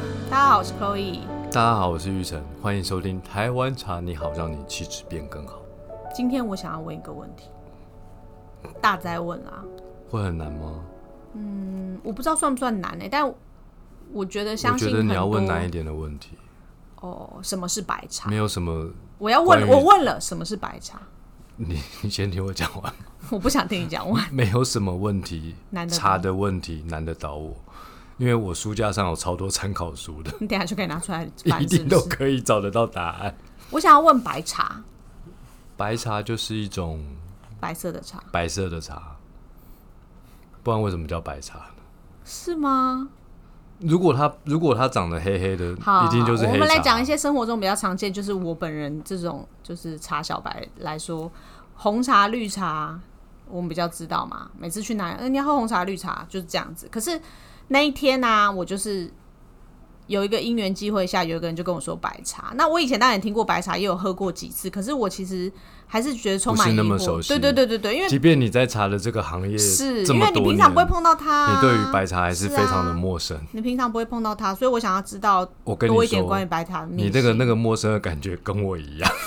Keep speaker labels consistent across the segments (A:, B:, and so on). A: 是 Chloe。
B: 大家好，我是玉成，欢迎收听《台湾茶你好》，让你气质变更好。
A: 今天我想要问一个问题，大灾问啦、
B: 会很难吗？
A: 嗯我不知道算不算难呢、欸但我觉得
B: 我
A: 相信很
B: 觉
A: 多
B: 得你要问难一点的问题，
A: 哦，什么是白茶？
B: 没有什么。
A: 我要问，
B: 关于
A: 我问了什么是白茶，
B: 你你先听我讲完，
A: 我不想听你讲。我
B: 没有什么问题
A: 难，得到
B: 茶的问题难得倒我，因为我书架上有超多参考书的，
A: 你等一下就可以拿出来翻，
B: 一
A: 是
B: 定
A: 不
B: 都
A: 是？
B: 可以找得到答案。
A: 我想要问白茶，
B: 白茶就是一种
A: 白色的茶
B: 白色的茶，不然为什么叫白茶呢？
A: 是吗？
B: 如果它如果它长得黑黑的，
A: 好，
B: 一定就是黑茶。
A: 我们来讲一些生活中比较常见，就是我本人这种就是茶小白来说，红茶、绿茶，我们比较知道嘛。每次去哪，嗯、你要喝红茶、绿茶，就是这样子。可是那一天呢、我就是有一个因缘机会下，有一个人就跟我说白茶。那我以前当然也听过白茶，也有喝过几次，可是我其实还是觉得充满
B: 不
A: 疑惑。
B: 是那么熟悉
A: 对对对对对，因为
B: 即便你在茶的这个行业
A: 是
B: 这
A: 因
B: 么
A: 为
B: 多
A: 你
B: 年，
A: 平常不会碰到它啊、
B: 你对于白茶还是非常的
A: 啊
B: 陌生。
A: 你平常不会碰到它，所以我想要知道
B: 我跟
A: 多
B: 你
A: 一点关于
B: 说，
A: 白茶的秘
B: 你那个
A: 辛
B: 那个陌生的感觉跟我一样。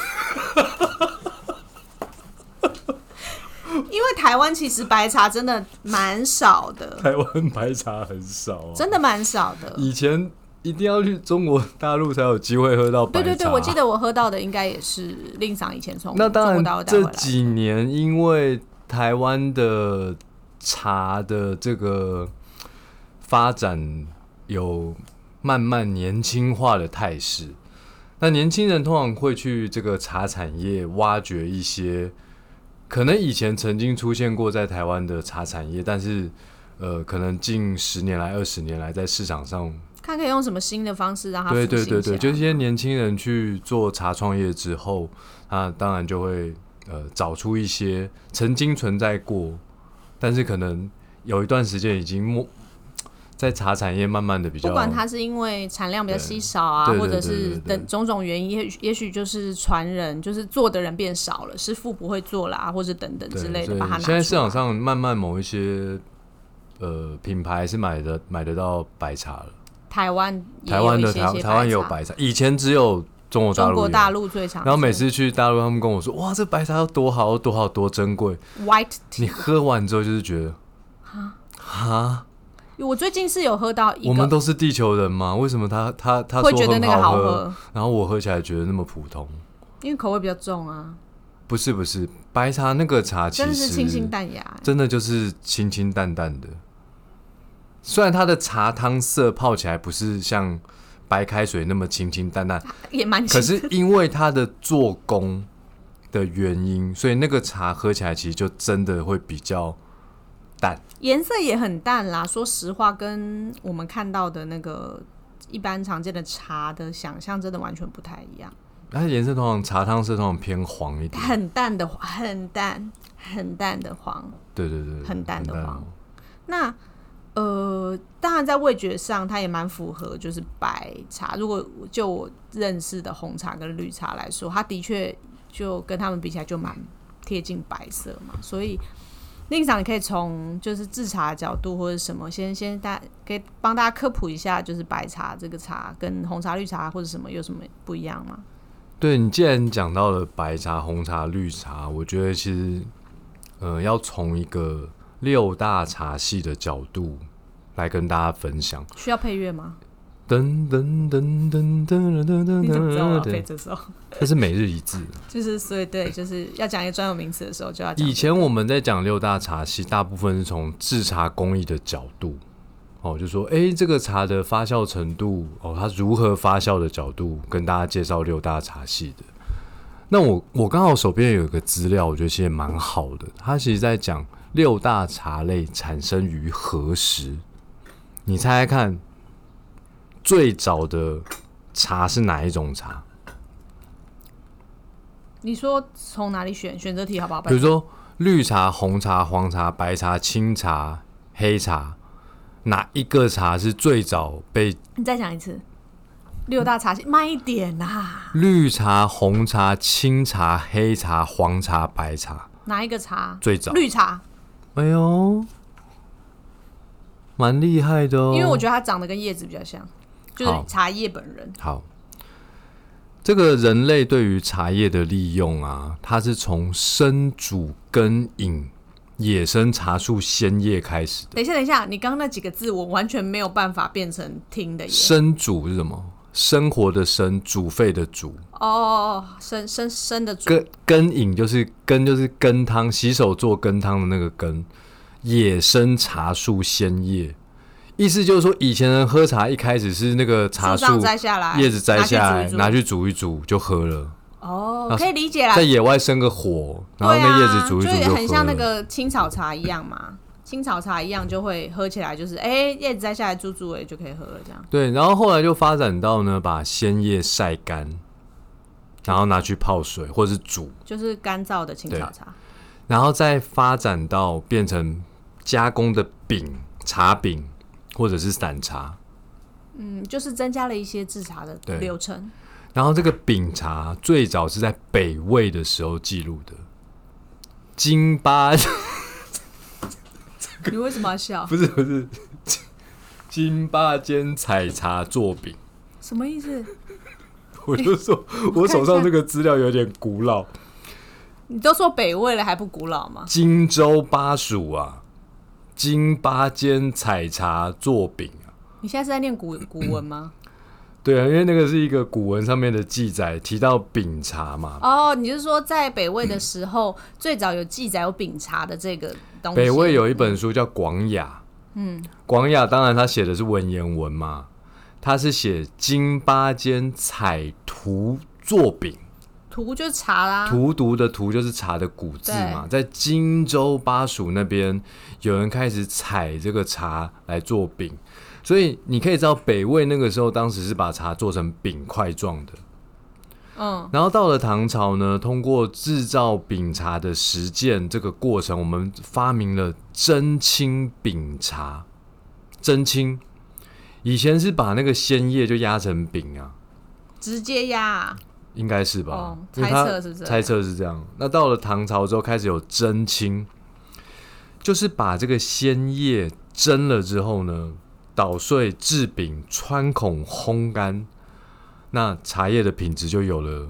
A: 因为台湾其实白茶真的蛮少的，
B: 台湾白茶很少、啊，
A: 真的蛮少的。
B: 以前一定要去中国大陆才有机会喝到白
A: 对
B: 茶。
A: 对对，我记。得我喝到的应该也是令赏以前从
B: 那当
A: 中国大
B: 然
A: 陆，带回
B: 这
A: 来的。
B: 几年因为台湾的茶的这个发展有慢慢年轻化的态势，那年轻人通常会去这个茶产业挖掘一些可能以前曾经出现过在台湾的茶产业，但是呃，可能近十年来、二十年来在市场上
A: 看可以用什么新的方式让它
B: 对
A: 复
B: 对
A: 兴
B: 对
A: 起来
B: 对，就是一些年轻人去做茶创业之后，他当然就会呃找出一些曾经存在过，但是可能有一段时间已经没在茶产业慢慢的比较，
A: 不管它是因为产量比较稀少啊，
B: 对对
A: 或者
B: 对对
A: 是
B: 对对
A: 等种种原因，也许也许就是传人，就是做的人变少了，师傅不会做啦、或者等等
B: 对
A: 之类
B: 所
A: 的，
B: 以
A: 把它拿
B: 现在市
A: 出来
B: 场上慢慢某一些呃品牌是买的买得到白茶了，
A: 台湾也
B: 台湾
A: 有
B: 的
A: 一些
B: 台
A: 些
B: 台湾也有
A: 茶，
B: 白茶，以前只有中国大
A: 中
B: 陆
A: 国
B: 有
A: 大陆啊最常见，
B: 然后每次去大陆，他们跟我说：“哇，这白茶要多好，多好，多珍贵。”
A: white tea，
B: 你喝完之后就是觉得，哈，
A: 我最近是有喝到一
B: 我们
A: 个，
B: 都是地球人嘛，为什么他他他
A: 会
B: 说
A: 觉得
B: 很
A: 那个
B: 好
A: 好
B: 喝，
A: 喝。
B: 然后我喝起来觉得那么普通？
A: 因为口味比较重啊，
B: 不是不是，白茶那个茶其
A: 真的是
B: 实
A: 清新淡雅欸、
B: 真的就是清清淡淡的。虽然它的茶汤色泡起来不是像白开水那么清清 淡淡，
A: 也蛮
B: 可
A: 清
B: 是因为它的做工的原因，所以那个茶喝起来其实就真的会比较淡。
A: 颜色也很淡啦。说实话，跟我们看到的那个一般常见的茶的想象真的完全不太一样，
B: 它的颜色通常茶汤色通常偏黄一点，
A: 很淡的，很淡，很淡的黄。
B: 对对对，对
A: 很淡的黄
B: 哦
A: 那呃，当然在味觉上，它也蛮符合就是白茶。如果就我认识的红茶跟绿茶来说，它的确就跟它们比起来就蛮贴近白色嘛。所以令赏，你可以从就是制茶的角度或者什么，先先大可以帮大家科普一下，就是白茶这个茶跟红茶、绿茶或者什么有什么不一样吗？
B: 对你既然讲到了白茶、红茶、绿茶，我觉得其实，呃，要从一个六大茶系的角度来跟大家分享。
A: 需要配乐吗？
B: 噔噔噔噔噔噔噔噔
A: 你怎么知道我要
B: 噔
A: 配
B: 噔，
A: 这首？
B: 这是每日一字。
A: 就是所以对，就是要讲一个专有名词的时候就要讲这个。
B: 以前我们在讲六大茶系，大部分是从制茶工艺的角度，哦，就说诶这个茶的发酵程度，哦，它如何发酵的角度，跟大家介绍六大茶系的。那我我刚好手边有一个资料，我觉得其实蛮好的，它其实在讲六大茶类产生于何时。你猜猜看，最早的茶是哪一种茶？
A: 你说从哪里选选择题好不好？
B: 比如说绿茶、红茶、黄茶、白茶、青茶、黑茶，哪一个茶是最早被
A: 你再讲一次，六大茶系，慢一点啊呐、
B: 绿茶、红茶、青茶、黑茶、黄茶、白茶
A: 哪一个茶？
B: 最早？
A: 绿茶，
B: 哎呦，蛮厉害的哦！哦
A: 因为我觉得它长得跟叶子比较像。就是
B: 好
A: 茶叶本人。
B: 好，这个人类对于茶叶的利用啊，它是从生煮跟饮野生茶树鲜叶开始的。
A: 等一下，等一下，你刚刚那几个字我完全没有办法变成听的耶。
B: 生煮是什么？生活的生，煮沸的煮，
A: 哦，生生生的煮
B: 跟跟饮就是羹，就是羹汤，洗手做羹汤的那个羹。野生茶树鲜叶，意思就是说，以前人喝茶一开始是那个茶
A: 树
B: 树
A: 上摘下来，
B: 叶子摘下来，
A: 拿
B: 拿
A: 去
B: 去煮一煮就喝了。
A: 煮哦，可以理解啦
B: 在。野外生个火，然后
A: 对
B: 那叶子煮一煮
A: 啊、
B: 喝
A: 就
B: 了。
A: 很像那个青草茶一样嘛。青草茶一样就会喝起来，就是哎、叶子摘下来煮煮哎就可以喝了这样。
B: 对，然后后来就发展到呢，把鲜叶晒干，然后拿去泡水或是煮，
A: 就是干燥的青草茶。
B: 然后再发展到变成加工的饼、茶饼或者是散茶。
A: 嗯，就是增加了一些制茶的
B: 对
A: 流程。
B: 然后这个饼茶最早是在北魏的时候记录的，京巴
A: 你为什么要笑？
B: 不是不是京巴间采茶做饼。
A: 什么意思？
B: 我就说，我手上这个资料有点古老。
A: 你都说北魏了还不古老吗？
B: 荆州巴蜀啊，荆巴间采茶做饼啊。
A: 你现在是在念古古文 吗？
B: 对啊，因为那个是一个古文上面的记载，提到饼茶嘛。
A: 哦，你是说在北魏的时候， 最早有记载有饼茶的这个东西？
B: 北魏有一本书叫《广雅》，嗯，《广雅》当然他写的是文言文嘛，他是写荆巴间采荼做饼，
A: 图就是茶啦，
B: 荼毒的荼就是茶的古字嘛，在荆州巴蜀那边，有人开始采这个茶来做饼，所以你可以知道北魏那个时候，当时是把茶做成饼块状的。
A: 嗯，
B: 然后到了唐朝呢，通过制造饼茶的实践这个过程，我们发明了真青饼茶。真青以前是把那个鲜叶就压成饼啊，
A: 直接压啊、
B: 应该是吧？
A: 哦
B: 因为它
A: 猜测是这样
B: 猜测是这样。那到了唐朝之后，开始有蒸青，就是把这个鲜叶蒸了之后呢，捣碎制饼，穿孔烘干，那茶叶的品质就有了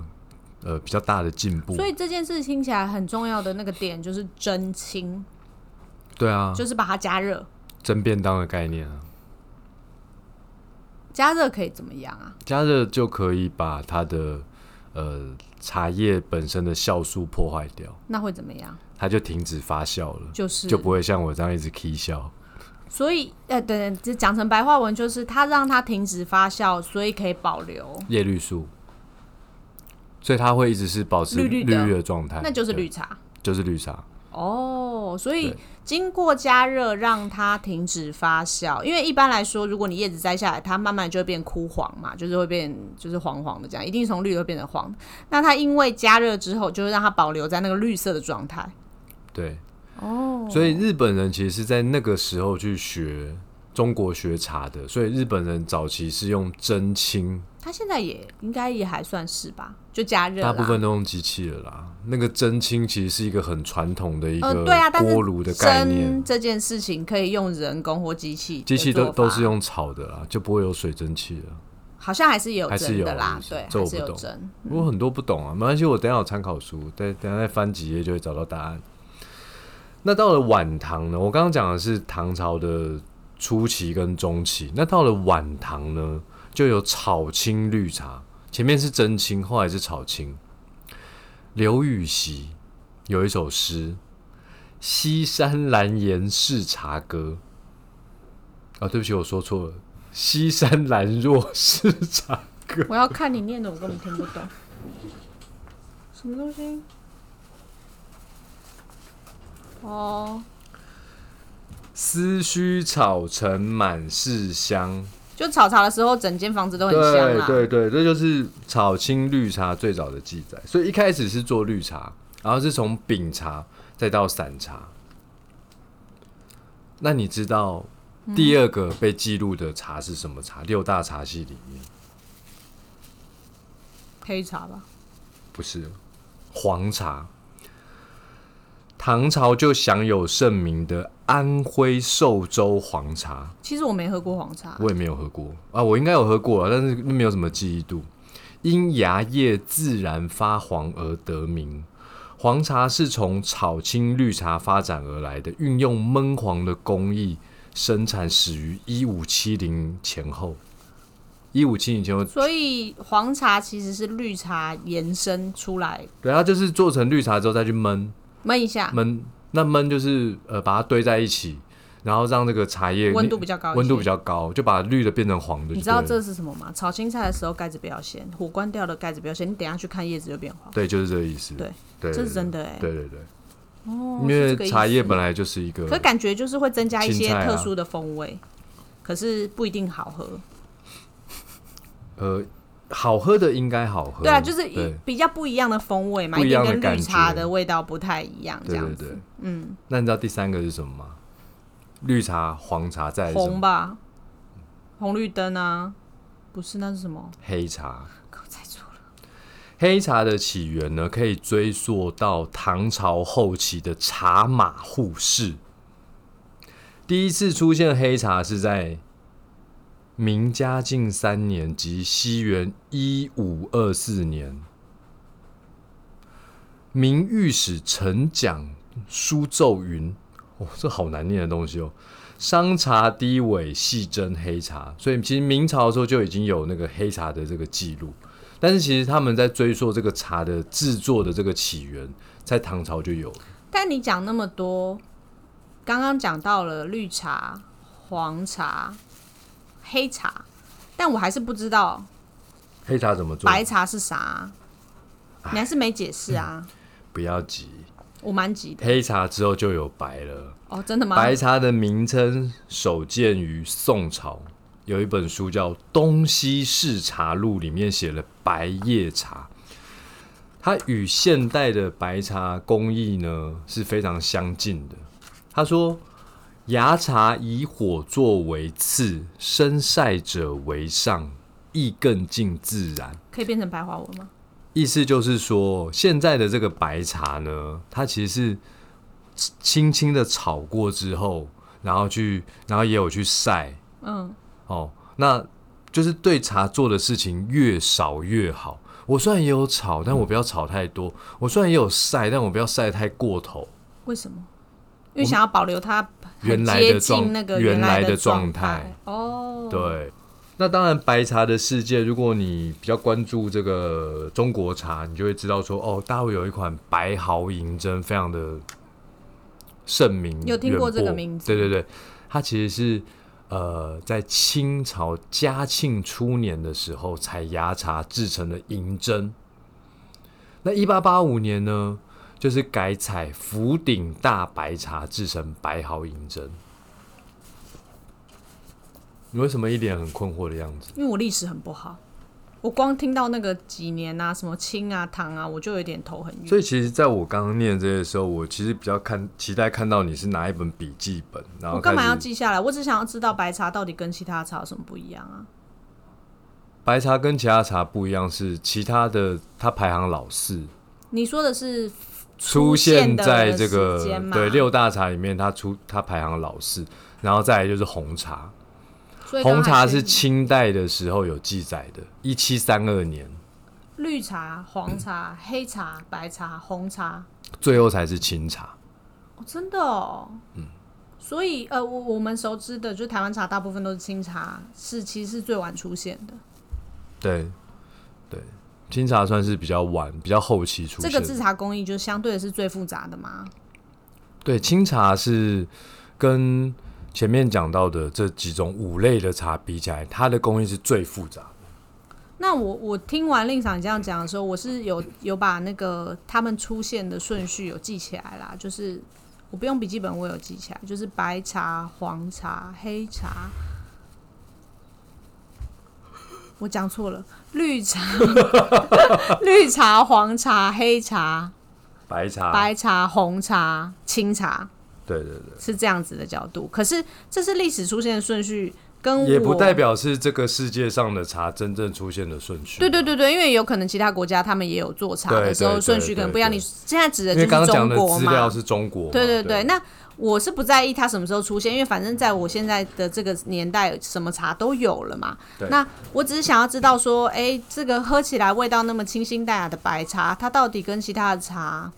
B: 呃比较大的进步
A: 所。以这件事听起来很重要的那个点就是蒸青，
B: 对啊，
A: 就是把它加热。
B: 蒸便当的概念啊，
A: 加热可以怎么样啊？
B: 加热就可以把它的呃茶叶本身的酵素破坏掉，
A: 那会怎么样？
B: 它就停止发酵了，
A: 就是
B: 就不会像我这样一直 K 笑。
A: 所以呃，等等，这讲成白话文就是它让它停止发酵，所以可以保留，
B: 叶绿素，所以它会一直是保持
A: 绿
B: 绿
A: 绿的
B: 的状态，
A: 那就是
B: 对
A: 绿，茶
B: 就是绿茶。
A: 哦。所以
B: 对
A: 经过加热让它停止发酵，因为一般来说，如果你叶子摘下来，它慢慢就会变枯黄嘛，就是会变就是黄黄的这样，一定从绿的变成黄。那它因为加热之后，就会让它保留在那个绿色的状态。
B: 对，
A: 哦，
B: 所以日本人其实是在那个时候去学中国学茶的，所以日本人早期是用蒸青，
A: 它现在也应该也还算是吧，就加热啦。
B: 大部分都用机器了啦。那个蒸青其实是一个很传统的一
A: 呃
B: 个
A: 对啊但是
B: 锅炉的概念，
A: 蒸这件事情可以用人工或机器的做
B: 机
A: 法，
B: 器都都是用炒的啦，就不会有水蒸气了。
A: 好像还是也有
B: 还是
A: 蒸的
B: 有
A: 啦，
B: 是不
A: 对
B: 是，这
A: 还
B: 我
A: 是
B: 不
A: 有
B: 懂
A: 蒸。
B: 我很多不懂啊，没关系，我等一下有参考书，等等一下再翻几页就会找到答案。那到了晚唐呢？我刚刚讲的是唐朝的初期跟中期，那到了晚唐呢，就有炒青绿茶，前面是真青，后来是炒青。刘禹锡有一首诗《西山蓝颜是茶歌》啊，对不起，我说错了，《西山兰若是茶歌》。
A: 我要看你念的，我根本听不懂，什么东西？哦，
B: 思绪炒成满是香，
A: 就炒茶的时候，整间房子都很香啊
B: 对
A: 啦。
B: 对对，这就是炒青绿茶最早的记载。所以一开始是做绿茶，然后是从饼茶再到散茶。那你知道第二个被记录的茶是什么茶？六大茶系里面
A: 黑茶吧，
B: 不是黄茶。唐朝就享有盛名的安徽寿州黄茶，
A: 其实我没喝过黄茶，
B: 我也没有喝过啊，我应该有喝过啊，但是没有什么记忆度。因芽叶自然发黄而得名。黄茶是从炒青绿茶发展而来的，运用焖黄的工艺生产，始于一五七零前后。一五七零前后，
A: 所以黄茶其实是绿茶延伸出来，
B: 对，它就是做成绿茶之后再去焖，
A: 焖一下，
B: 焖那焖就是呃把它堆在一起，然后让这个茶叶
A: 温度比较高一些
B: 温度比较高，就把绿的变成黄的就对了。
A: 你知道这是什么吗？炒青菜的时候盖子不要掀，火关掉的盖子不要掀，你等一下去看叶子就变黄。
B: 对，就是这个意思。
A: 对，
B: 对，
A: 这是真的哎、
B: 对对对，
A: 哦，
B: 因
A: 是
B: 为
A: 这个意思
B: 茶叶本来就是一个
A: 可感觉就是会增加一些
B: 青菜啊
A: 特殊的风味，可是不一定好喝。
B: 呃好喝的，应该好喝。
A: 对啊，就是一
B: 对
A: 比较不一样的风味嘛，
B: 不一样的
A: 定跟绿
B: 感觉
A: 茶的味道不太一样，这
B: 对
A: 样
B: 对
A: 子。
B: 对。
A: 嗯，
B: 那你知道第三个是什么吗？绿茶、黄茶，再来是什
A: 红
B: 么？
A: 吧，红绿灯啊，不是那是什么？
B: 黑茶。
A: 我猜错了。
B: 黑茶的起源呢，可以追溯到唐朝后期的茶马互市。第一次出现黑茶是在明嘉靖三年，即西元一五二四年。明御史陈讲书奏云：“哦，这好难念的东西哦。”商茶低尾，细斟黑茶，所以其实明朝的时候就已经有那个黑茶的这个记录。但是其实他们在追溯这个茶的制作的这个起源，在唐朝就有了。
A: 但你讲那么多，刚刚讲到了绿茶、黄茶、黑茶，但我还是不知道
B: 黑茶怎么做？
A: 白茶是啥啊、你还是没解释啊？
B: 不要急，
A: 我蛮急的。
B: 黑茶之后就有白了。
A: 哦，真的吗？
B: 白茶的名称首见于宋朝，有一本书叫《东西市茶录》，里面写了白叶茶。它与现代的白茶工艺呢是非常相近的。他说，芽茶以火作为次，生晒者为上，亦更近自然。
A: 可以变成白话文吗？
B: 意思就是说，现在的这个白茶呢，它其实是轻轻的炒过之后，然后去，然后也有去晒
A: 嗯，
B: 哦。那就是对茶做的事情越少越好。我虽然也有炒，但我不要炒太多；我虽然也有晒，但我不要晒太过头。
A: 为什么？因为想要保留它很
B: 原来的
A: 接
B: 状
A: 近那个
B: 原来
A: 来
B: 的状
A: 状
B: 态。
A: 哦，，
B: 对，那当然，白茶的世界，如果你比较关注这个中国茶，你就会知道说，哦，大陆有一款白毫银针，非常的盛名，
A: 有听过这个
B: 远播
A: 名字
B: 对对对，它其实是呃，在清朝嘉庆初年的时候采芽茶制成的银针。那一八八五年呢，就是改采福鼎大白茶制成白毫银针。你为什么一脸很困惑的样子？
A: 因为我历史很不好，我光听到那个几年啊，什么清啊、唐啊，我就有点头很
B: 所
A: 晕。
B: 以其实，在我刚刚念这些的时候，我其实比较看期待看到你是拿一本笔记本，然后
A: 我
B: 开
A: 干
B: 始
A: 嘛要记下来？我只想要知道白茶到底跟其他茶有什么不一样啊？
B: 白茶跟其他茶不一样，是其他的它排行老四，
A: 你说的是
B: 出现在这
A: 出现的时
B: 个
A: 间嘛
B: 对六大茶里面，它出它排行老四，然后再来就是红茶，
A: 所以刚
B: 红
A: 才
B: 茶是清代的时候有记载的，一七三二年，
A: 绿茶、黄茶、黑茶、白茶、红茶，
B: 最后才是清茶。
A: 哦，真的哦。嗯。所以呃，我我们熟知的，就是台湾茶大部分都是清茶，是其实是最晚出现的。
B: 对，对，清茶算是比较晚、比较后期出
A: 这
B: 现
A: 个
B: 的。
A: 制茶工艺就相对的是最复杂的嘛。
B: 对，清茶是跟前面讲到的这几种五类的茶比起来，它的工艺是最复杂的。
A: 那我我听完令赏这样讲的时候，我是有有把那个他们出现的顺序有记起来啦，就是我不用笔记本，我有记起来，就是白茶、黄茶、黑茶，我讲错了，绿茶、 绿茶、黄茶、黑茶、
B: 白茶，
A: 白茶、红茶、青茶，
B: 对对对，
A: 是这样子的角度。可是这是历史出现的顺序，跟
B: 也不
A: 我
B: 代表是这个世界上的茶真正出现的顺序。
A: 对对对对，因为有可能其他国家他们也有做茶
B: 对
A: 的时候
B: 对
A: 顺
B: 对
A: 序可
B: 对
A: 能不一样。
B: 对
A: 你现在指的
B: 因
A: 就
B: 为刚
A: 是
B: 刚讲
A: 中
B: 的
A: 国
B: 资料
A: 嘛？
B: 是中国嘛，
A: 对对
B: 对
A: 对，那我是不在意它什么时候出现，因为反正在我现在的这个年代，什么茶都有了嘛
B: 对。
A: 那我只是想要知道说，哎、这个喝起来味道那么清新淡雅的白茶，它到底跟其他的茶，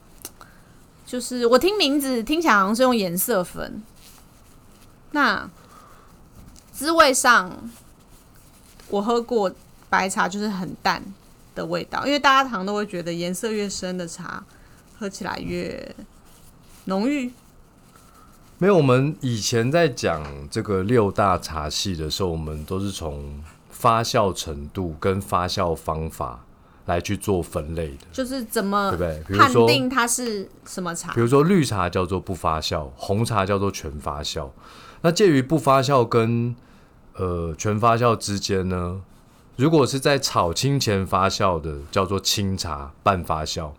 A: 就是我听名字听起来好像是用颜色分，那滋味上，我喝过白茶就是很淡的味道，因为大家常都会觉得颜色越深的茶喝起来越浓郁。
B: 没有，我们以前在讲这个六大茶系的时候，我们都是从发酵程度跟发酵方法来去做分类的。
A: 就是怎么
B: 对不对比如
A: 判
B: 说
A: 定它是什么茶
B: 比？如说绿茶叫做不发酵，红茶叫做全发酵。那介于不发酵跟呃全发酵之间呢，如果是在炒青前发酵的叫做青茶半发酵，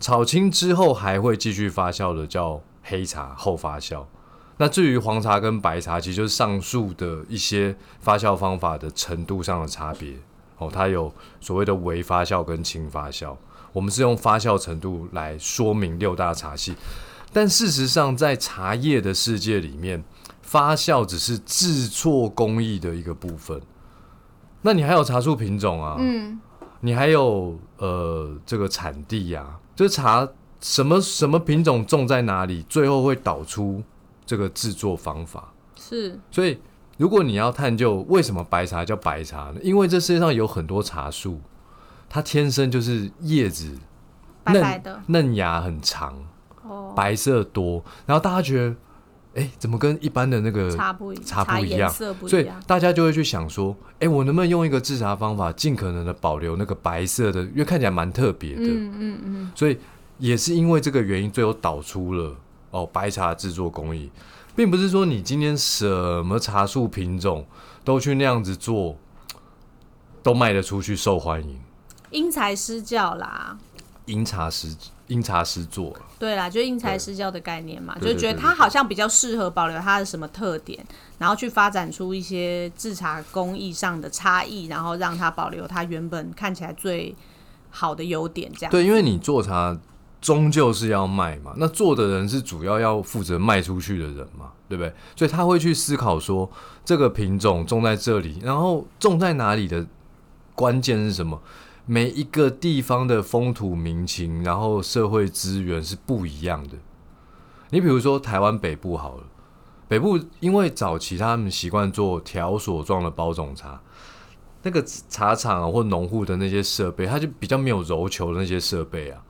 B: 炒青之后还会继续发酵的叫黑茶后发酵。那至于黄茶跟白茶，其实就是上述的一些发酵方法的程度上的差别。哦，它有所谓的微发酵跟轻发酵。我们是用发酵程度来说明六大茶系，但事实上，在茶叶的世界里面，发酵只是制作工艺的一个部分。那你还有茶树品种啊，
A: 嗯，
B: 你还有呃这个产地呀、啊，就是茶什么什么品种种在哪里，最后会导出这个制作方法。
A: 是
B: 所以，如果你要探究为什么白茶叫白茶呢？因为这世界上有很多茶树，它天生就是叶子
A: 白
B: 嫩
A: 白的
B: 嫩芽很长，
A: 哦，
B: 白色多，然后大家觉得，哎、怎么跟一般的那个
A: 茶不一
B: 茶不一
A: 颜
B: 样
A: 色不
B: 所
A: 一
B: 以
A: 样，
B: 大家就会去想说，哎、我能不能用一个制茶方法，尽可能的保留那个白色的，因为看起来蛮特别的。
A: 嗯嗯嗯，
B: 所以也是因为这个原因，最后导出了哦白茶制作工艺，并不是说你今天什么茶树品种都去那样子做，都卖得出去，受欢迎，
A: 因材施教啦，
B: 因茶施因茶施作了
A: 对啦，就因材施教的概念嘛，
B: 对
A: 就
B: 对
A: 觉得
B: 对
A: 它
B: 对
A: 好像比较适合保留它的什么特点，然后去发展出一些制茶工艺上的差异，然后让它保留它原本看起来最好的优点，这样
B: 对，因为你做茶终究是要卖嘛，那做的人是主要要负责卖出去的人嘛，对不对？所以他会去思考说，这个品种种在这里，然后种在哪里的关键是什么？每一个地方的风土民情，然后社会资源是不一样的。你比如说台湾北部好了，北部因为早期他们习惯做条索状的包种茶，那个茶厂啊或农户的那些设备，它就比较没有揉球的那些设备啊。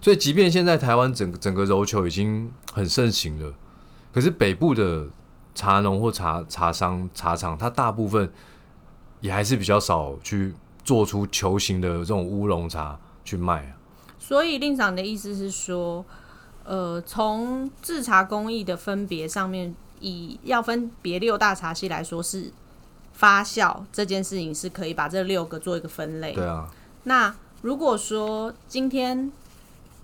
B: 所以，即便现在台湾整整个揉球已经很盛行了，可是北部的茶农或茶茶商茶厂，它大部分也还是比较少去做出球形的这种乌龙茶去卖啊。
A: 所以令长的意思是说，呃，从制茶工艺的分别上面，以要分别六大茶系来说，是发酵这件事情是可以把这六个做一个分类。
B: 对啊，
A: 那如果说今天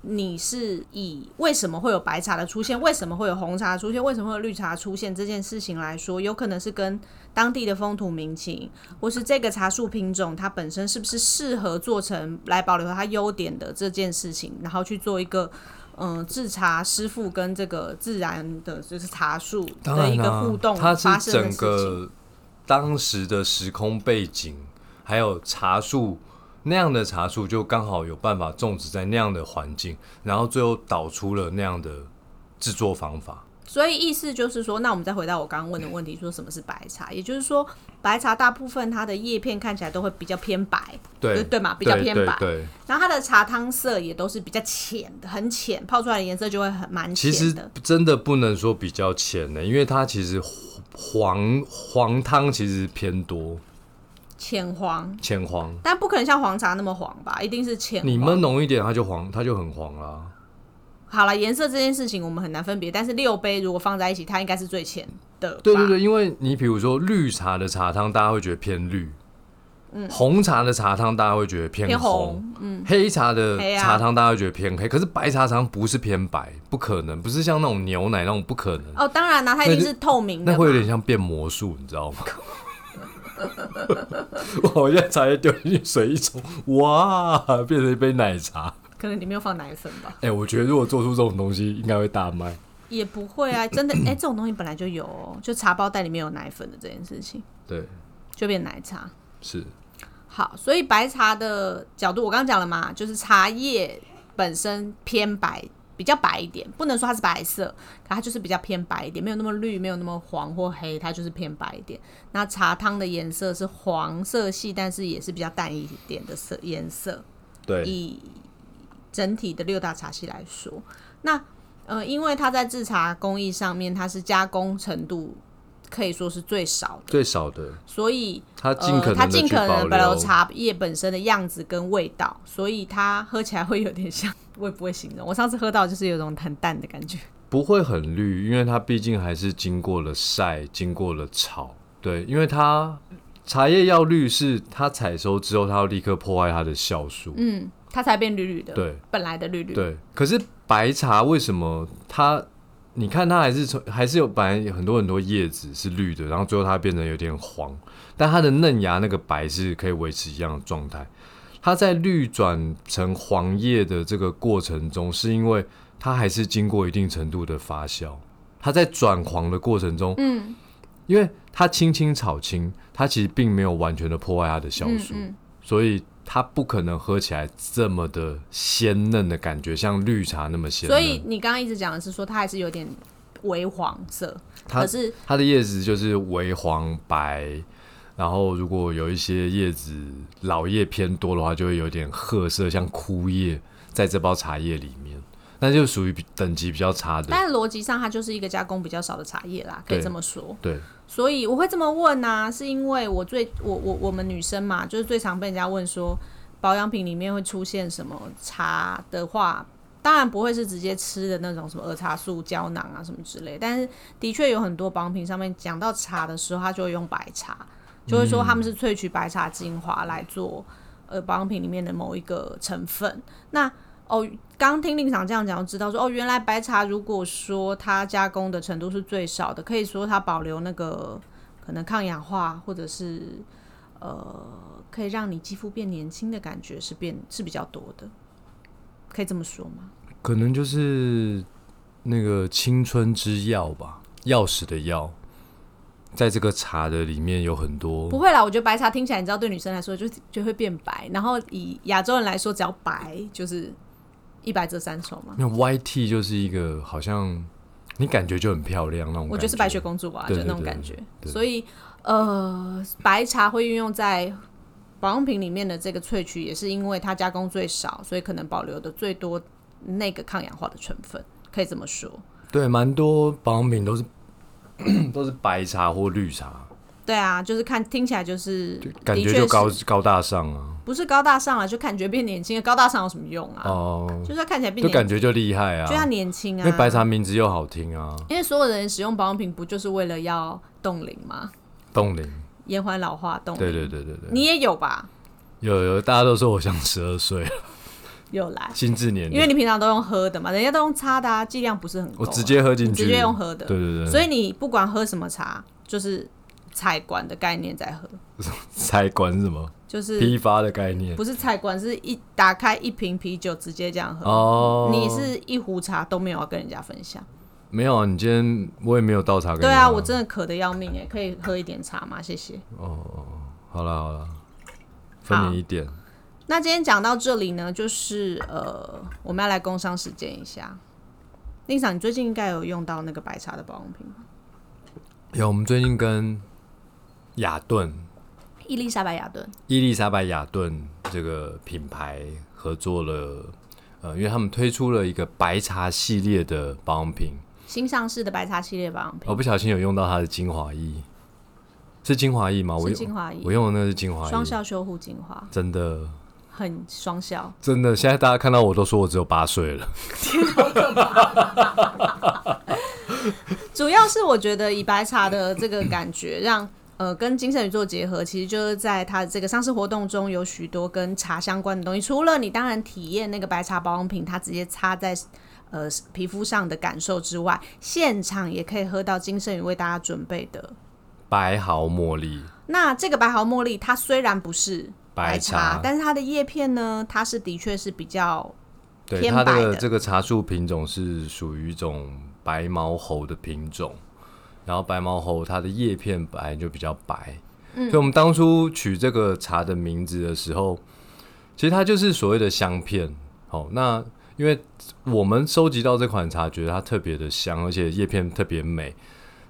A: 你是以为什么会有白茶的出现，为什么会有红茶出现，为什么会有绿茶出现这件事情来说，有可能是跟当地的风土民情，或是这个茶树品种它本身是不是适合做成来保留它优点的这件事情，然后去做一个。嗯，制茶师傅跟这个自然的，就是茶树
B: 当
A: 的一
B: 然
A: 个
B: 啊
A: 互动，
B: 它
A: 发
B: 是
A: 生的
B: 整
A: 事情，
B: 个当时的时空背景，还有茶树那样的茶树，就刚好有办法种植在那样的环境，然后最后导出了那样的制作方法。
A: 所以意思就是说，那我们再回到我刚刚问的问题，说什么是白茶？也就是说，白茶大部分它的叶片看起来都会比较偏白，
B: 对
A: 对对嘛比较
B: 对
A: 偏
B: 对
A: 白
B: 对，
A: 然后它的茶汤色也都是比较浅的，很浅，泡出来的颜色就会很蛮
B: 其实
A: 浅的。
B: 真的不能说比较浅的、因为它其实黄黄汤其实偏多，
A: 浅黄，
B: 浅黄。
A: 但不可能像黄茶那么黄吧？一定是浅黄。
B: 你焖浓一点，它就黄，它就很黄啦。
A: 好了，颜色这件事情我们很难分别，但是六杯如果放在一起，它应该是最浅的。
B: 对对，对，因为你比如说绿茶的茶汤，大家会觉得偏绿；红茶的茶汤，大家会觉得偏
A: 偏
B: 红；
A: 红，嗯，
B: 黑茶的
A: 黑啊
B: 茶汤，大家会觉得偏黑。可是白茶汤不是偏白，不可能，不是像那种牛奶那种不可能，
A: 哦，当然啦、它一定是透明的嘛，
B: 那会有点像变魔术，你知道吗？ 哇，我现在茶叶丢进去水一冲，哇，变成一杯奶茶。
A: 可能里面有放奶粉吧，
B: 哎、我觉得如果做出这种东西，应该会大卖。
A: 也不会啊，真的，哎、这种东西本来就有、哦，就茶包袋里面有奶粉的这件事情，
B: 对，
A: 就变奶茶。
B: 是
A: 好，所以白茶的角度，我刚刚讲了嘛，就是茶叶本身偏白，比较白一点，不能说它是白色，可它就是比较偏白一点，没有那么绿，没有那么黄或黑，它就是偏白一点。那茶汤的颜色是黄色系，但是也是比较淡一点的色颜色。
B: 对，
A: 以整体的六大茶系来说，那呃，因为它在制茶工艺上面，它是加工程度可以说是最少的，
B: 最少的，
A: 所以
B: 它尽可
A: 呃，它
B: 能的
A: 尽
B: 去
A: 可
B: 保
A: 能保留
B: 留。
A: 茶叶本身的样子跟味道，所以它喝起来会有点像，我也不会形容。我上次喝到就是有种很淡的感觉，
B: 不会很绿，因为它毕竟还是经过了晒，经过了炒。对，因为它茶叶要绿是它采收之后，它要立刻破坏它的酵素。
A: 嗯，它才变绿绿的，
B: 对，
A: 本来的绿绿，
B: 对，可是白茶为什么它？你看它还是从还是有本来有很多很多叶子是绿的，然后最后它变成有点黄，但它的嫩芽那个白是可以维持一样的状态。它在绿转成黄叶的这个过程中，是因为它还是经过一定程度的发酵。它在转黄的过程中，
A: 嗯
B: 因为它轻轻炒青，它其实并没有完全的破坏它的酵
A: 嗯
B: 素，
A: 嗯，
B: 所以它不可能喝起来这么的鲜嫩的感觉，像绿茶那么鲜嫩。
A: 所以你刚刚一直讲的是说它还是有点微黄色，
B: 它
A: 可是
B: 它的叶子就是微黄白，然后如果有一些叶子老叶偏多的话，就会有点褐色，像枯叶，在这包茶叶里面，那就属于比等级比较差的。
A: 但逻辑上它就是一个加工比较少的茶叶啦，可以
B: 对
A: 这么说。
B: 对，
A: 所以我会这么问啊，是因为我最我我我们女生嘛，就是最常被人家问说，保养品里面会出现什么茶的话，当然不会是直接吃的那种什么儿茶素胶囊啊什么之类，但是的确有很多保养品上面讲到茶的时候，它就会用白茶，就会说他们是萃取白茶精华来做呃保养品里面的某一个成分。那哦，刚听令长这样讲，知道说哦，原来白茶如果说它加工的程度是最少的，可以说它保留那个可能抗氧化或者是呃可以让你肌肤变年轻的感觉是变是比较多的，可以这么说吗？
B: 可能就是那个青春之钥吧，钥匙的钥，在这个茶的里面有很多
A: 不会啦，我觉得白茶听起来，你知道对女生来说就就会变白，然后以亚洲人来说，只要白就是一白遮三丑嘛。
B: 那 YT 就是一个好像你感觉就很漂亮那种感觉，
A: 我就是白雪公主啊，就
B: 对
A: 那种
B: 对对
A: 感觉。
B: 对
A: 所以呃，白茶会运用在保养品里面的这个萃取，也是因为它加工最少，所以可能保留的最多那个抗氧化的成分，可以这么说。
B: 对，蛮多保养品都是 都是白茶或绿茶，
A: 对啊，就是看听起来就是
B: 就感
A: 的
B: 觉
A: 确
B: 就高
A: 是
B: 高大上啊，
A: 不是高大上了，就感觉变年轻了。高大上有什么用啊？
B: 哦、
A: 就是要看起来变
B: 就
A: 年
B: 感
A: 轻，
B: 觉就厉害
A: 就要
B: 啊，
A: 年轻
B: 因
A: 啊。
B: 为白茶名字又好听啊，
A: 因为所有的人使用保养品不就是为了要冻龄吗？
B: 冻龄，
A: 延缓老化冻龄。
B: 对对对对对，
A: 你也有吧？
B: 有有，大家都说我像十二岁了，
A: 有来。
B: 心智年
A: 因为
B: 龄，
A: 你平常都用喝的嘛，人家都用擦的、啊，剂量不是很够
B: 我
A: 啊、
B: 直接喝进
A: 你
B: 去，
A: 直接用喝的，
B: 对对对，
A: 所以你不管喝什么茶，就是菜馆的概念在喝，
B: 菜馆是什么
A: 就是
B: 批发的概念
A: 不是菜馆，是一打开一瓶啤酒直接这样喝。
B: 哦，
A: 你是一壶茶都没有要跟人家分享，
B: 没有啊？你今天我也没有倒茶给你
A: 对啊，我真的渴的要命哎，可以喝一点茶吗？谢谢。
B: 好了好了，分你一点，
A: 那今天讲到这里呢，就是呃，我们要来工商实践一下。令赏，你最近应该有用到那个白茶的保养品吧？
B: 有我们最近跟雅顿。
A: 伊丽莎白雅顿，
B: 伊丽莎白雅顿这个品牌合作了，呃，因为他们推出了一个白茶系列的保养品，
A: 新上市的白茶系列保养品
B: 我，不小心有用到它的精华液，是精华液吗？我
A: 是
B: 用
A: 精华液
B: 我，用的那是精华
A: 双
B: 液，
A: 效修护精华，
B: 真的
A: 很双效。
B: 真的，现在大家看到我都说我只有八岁了，
A: 主要是我觉得以白茶的这个感觉让。呃，跟精神宇宙结合，其实就是在它这个上市活动中有许多跟茶相关的东西。除了你当然体验那个白茶保养品，它直接擦在呃皮肤上的感受之外，现场也可以喝到金圣宇为大家准备的
B: 白毫茉莉
A: 那这个白毫茉莉，它虽然不是
B: 白
A: 茶，
B: 茶
A: 但是它的叶片呢，它是的确是比较
B: 对，
A: 偏
B: 它
A: 白
B: 的
A: 的
B: 这个茶树品种是属于一种白毛猴的品种，然后白毛猴它的叶片本来就比较白，
A: 嗯
B: 所以我们当初取这个茶的名字的时候，其实它就是所谓的香片。好、那因为我们收集到这款茶，觉得它特别的香，而且叶片特别美，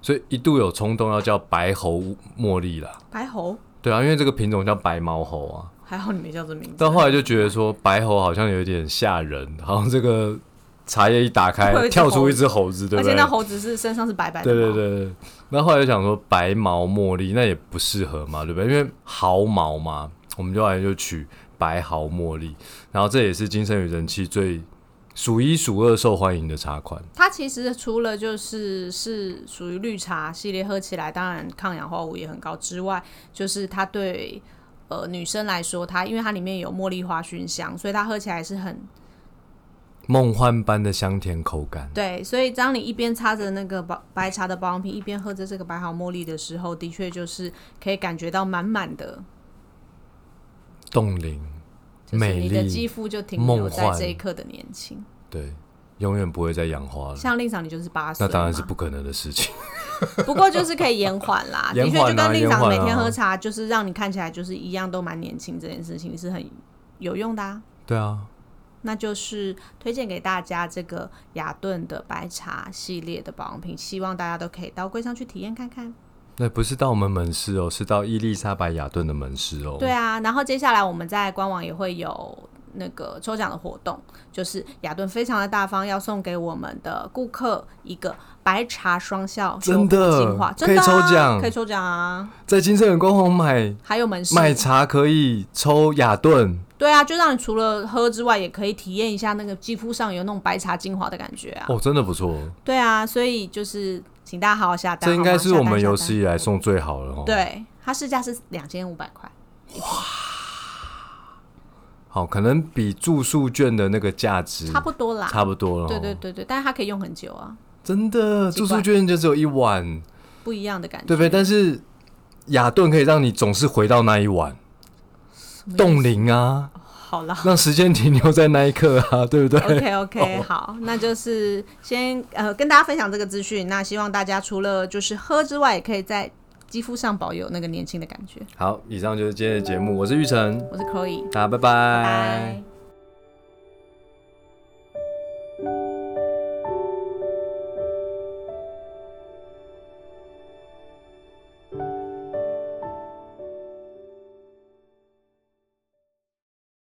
B: 所以一度有冲动要叫白猴茉莉啦。
A: 白猴，
B: 对啊，因为这个品种叫白毛猴啊。
A: 还好你没叫这名字，
B: 但后来就觉得说，白猴好像有点吓人，好像这个茶叶一打开
A: 会有，一只
B: 跳出一只猴子，对
A: 而
B: 不
A: 且
B: 对？
A: 那猴子是身上是白白的，
B: 对对，对对。那后来就想说，白毛茉莉那也不适合嘛，对不对？因为毫毛嘛，我们就后来就取白毫茉莉，然后这也是金生宇人气最数一数二受欢迎的茶款。
A: 它其实除了就是是属于绿茶系列，喝起来当然抗氧化物也很高之外，就是它对呃女生来说，它因为它里面有茉莉花熏香，所以它喝起来是很
B: 梦幻般的香甜口感，
A: 对，所以当你一边擦着那个白白茶的保养品，一边喝着这个白毫茉莉的时候，的确就是可以感觉到满满的，
B: 冻龄，
A: 就是你的
B: 美丽
A: 肌肤就停留在
B: 梦幻
A: 这一刻的年轻。
B: 对，永远不会再氧化了。
A: 像令赏，你就是八岁
B: 那
A: 嘛，
B: 当然是不可能的事情。
A: 不过就是可以延缓啦，
B: 延
A: 的确
B: 缓啊
A: 就跟令
B: 延
A: 长
B: 缓
A: 每
B: 啊
A: 天喝茶，就是让你看起来就是一样都蛮年轻，这件事情是很有用的啊。
B: 对啊，
A: 那就是推荐给大家这个雅顿的白茶系列的保养品，希望大家都可以到柜上去体验看看。
B: 那不是到我们门市哦，是到伊丽莎白雅顿的门市哦。
A: 对，啊，然后接下来我们在官网也会有那个抽奖的活动，就是雅顿非常的大方，要送给我们的顾客一个白茶双效修
B: 真的
A: 复精华，真
B: 可以
A: 的啊
B: 抽奖
A: 可以抽奖啊，
B: 在金盛远官网买
A: 还有门市
B: 买茶可以抽雅顿，
A: 对啊，就让你除了喝之外，也可以体验一下那个肌肤上有那种白茶精华的感觉啊。
B: 哦，真的不错，
A: 对啊，所以就是请大家好好下单。
B: 这应该是
A: 好吗
B: 我们有。
A: 下单下
B: 史以来送最好了哦。
A: 单，对，它市价是两千五百块，
B: 好，可能比住宿券的那个价值
A: 差不多啦。
B: 差不多了、哦。
A: 对对，对对，但是它可以用很久啊，
B: 真的
A: 奇怪
B: 住宿券就只有一晚，
A: 不一样的感觉。
B: 对不对？但是雅顿可以让你总是回到那一晚，
A: 么意思
B: 冻龄啊，
A: 好 啦。
B: 让时间停留在那一刻啊，对不对？
A: OK
B: 哦
A: OK，好，那就是先呃跟大家分享这个资讯。那希望大家除了就是喝之外，也可以在肌肤上保有那个年轻的感觉。
B: 好，以上就是今天的节目，我是玉成，
A: 我是 Chloe，
B: 大家拜
A: 拜拜。